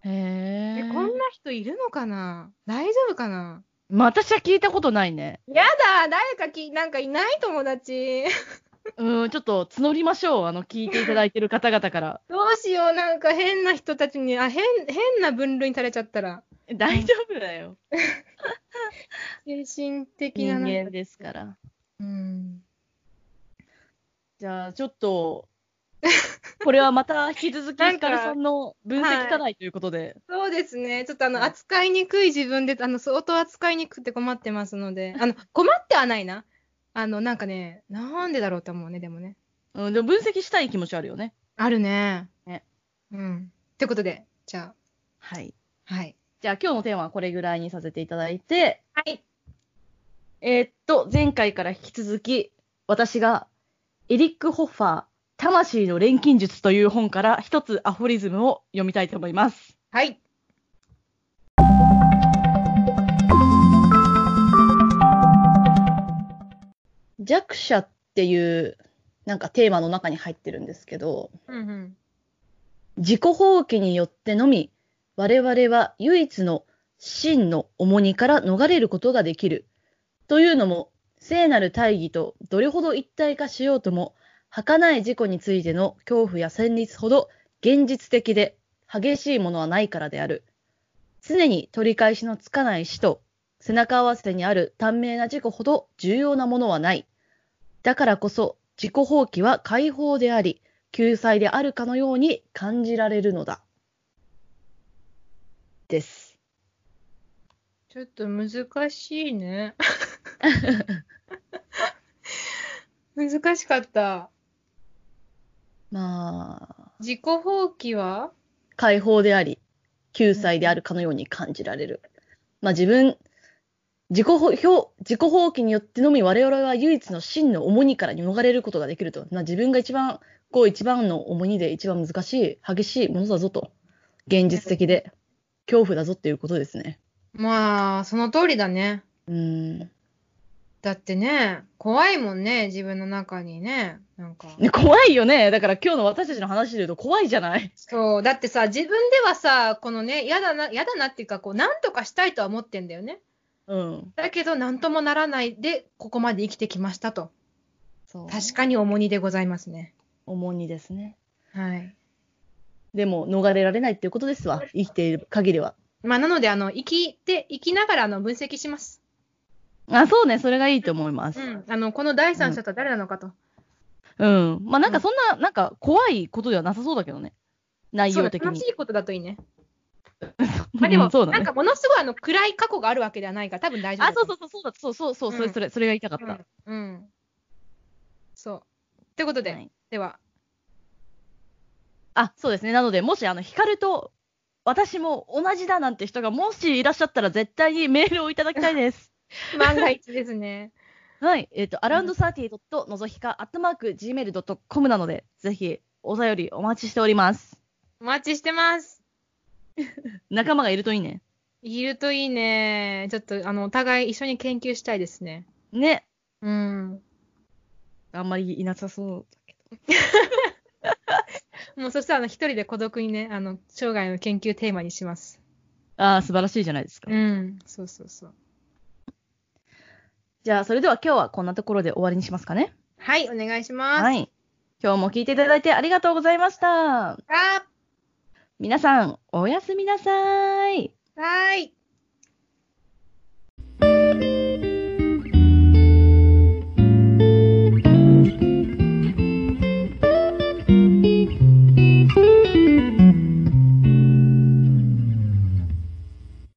へ
え
え。
こんな人いるのかな大丈夫かな
まあ私は聞いたことないね。
やだ、誰かき、なんかいない友達。
うん、ちょっと募りましょう。あの、聞いていただいてる方々から。
どうしよう、なんか変な人たちに、あ、変、変な分類にされちゃったら。
大丈夫だよ。
精神的
人
ななんか
間ですから。
うん。
じゃあ、ちょっ と、これはまた引き続き、
な
ヒ
んか
カルさんの分析課題ということで。
そうですね。ちょっとあの、
はい
扱いにくい自分で、あの、相当扱いにくくて困ってますので、あの、困ってはないな。あの、なんかね、なんでだろうと思うね、でもね。
うん、でも分析したい気持ちあるよね。
あるね。
ね
うん。ってことで、じゃ
はい。
あ、はい。
じゃあ、今日のテーマはこれぐらいにさせていただいて、
はい。
えーっと、前回から引き続き、私が、エリック・ホッファー、魂の錬金術という本から一つアフォリズムを読みたいと思います。
はい。
弱者っていう、なんかテーマの中に入ってるんですけど、
うんうん。
自己放棄によってのみ、我々は唯一の真の重荷から逃れることができる。というのも、聖なる大義とどれほど一体化しようとも、儚い事故についての恐怖や戦慄ほど現実的で激しいものはないからである。常に取り返しのつかない死と背中合わせにある短命な事故ほど重要なものはない。だからこそ自己放棄は解放であり、救済であるかのように感じられるのだ。です。
ちょっと難しいね。難しかった。
まあ、
自己放棄は
解放であり、救済であるかのように感じられる。まあ自分、自己ほ表自己放棄によってのみ我々は唯一の真の重荷から逃れることができると。まあ、自分が一番、こう一番の重荷で一番難しい、激しいものだぞと。現実的で、恐怖だぞっていうことですね。
まあ、その通りだね。
うん。ね
だってね、怖いもんね、自分の中にね。なんか。
怖いよね。だから今日の私たちの話で言うと怖いじゃない。
そう、だってさ、自分ではさ、このね、嫌だな、嫌だなっていうか、こう、なんとかしたいとは思ってんだよね。
うん。
だけど、なんともならないで、ここまで生きてきましたと。
そう
確かに重荷でございますね。
重荷ですね。
はい。
でも逃れられないっていうことですわ。生きている限りは。
まあ、なので、あの、生きて、生きながら、あの、分析します。
あ、そうね。それがいいと思います。
うん。あの、この第三者とは誰なのかと。
うん。まあなんかそんな、なんか怖いことではなさそうだけどね。内
そう
容
だ
的
楽
に
し。いことだといいね。まあ、で
う
も、
んそうだ
なん
ね
か、。ものすごい、あの、暗い過去があるわけではないから、多分大丈夫
あ、
だと
そうそうそ
思
う、そうだ、そうそう、そう、そ
うん
れ、それ、それが言いたかった。
うん。うんそう。ということで、
はい
では、
あ、そうですね。なので、もし、あの、ヒカルと、私も同じだなんて人が、もしいらっしゃったら、絶対にメールをいただきたい です。
万が一ですね。
はい。えっ、と、アラウンドサーティドット、のぞひか、アットマーク、gmail.com なので、ぜひ、お便りお待ちしております。
お待ちしてます。
仲間がいるといいね。
いるといいね。ちょっと、あの、お互い一緒に研究したいですね。
ね。
うん。
あんまりいなさそうだけ
もうそしたら、あの、一人で孤独にね、あの、生涯の研究テーマにします。
ど。ああ、素晴らしいじゃないですか。
うん。そうそうそう。
じゃあ、それでは今日はこんなところで終わりにしますかね。
はい、お願いします。。
はいい。今日も聞いていただいてありがとうございました。
あ
皆さん、おやすみなさい。
はーい。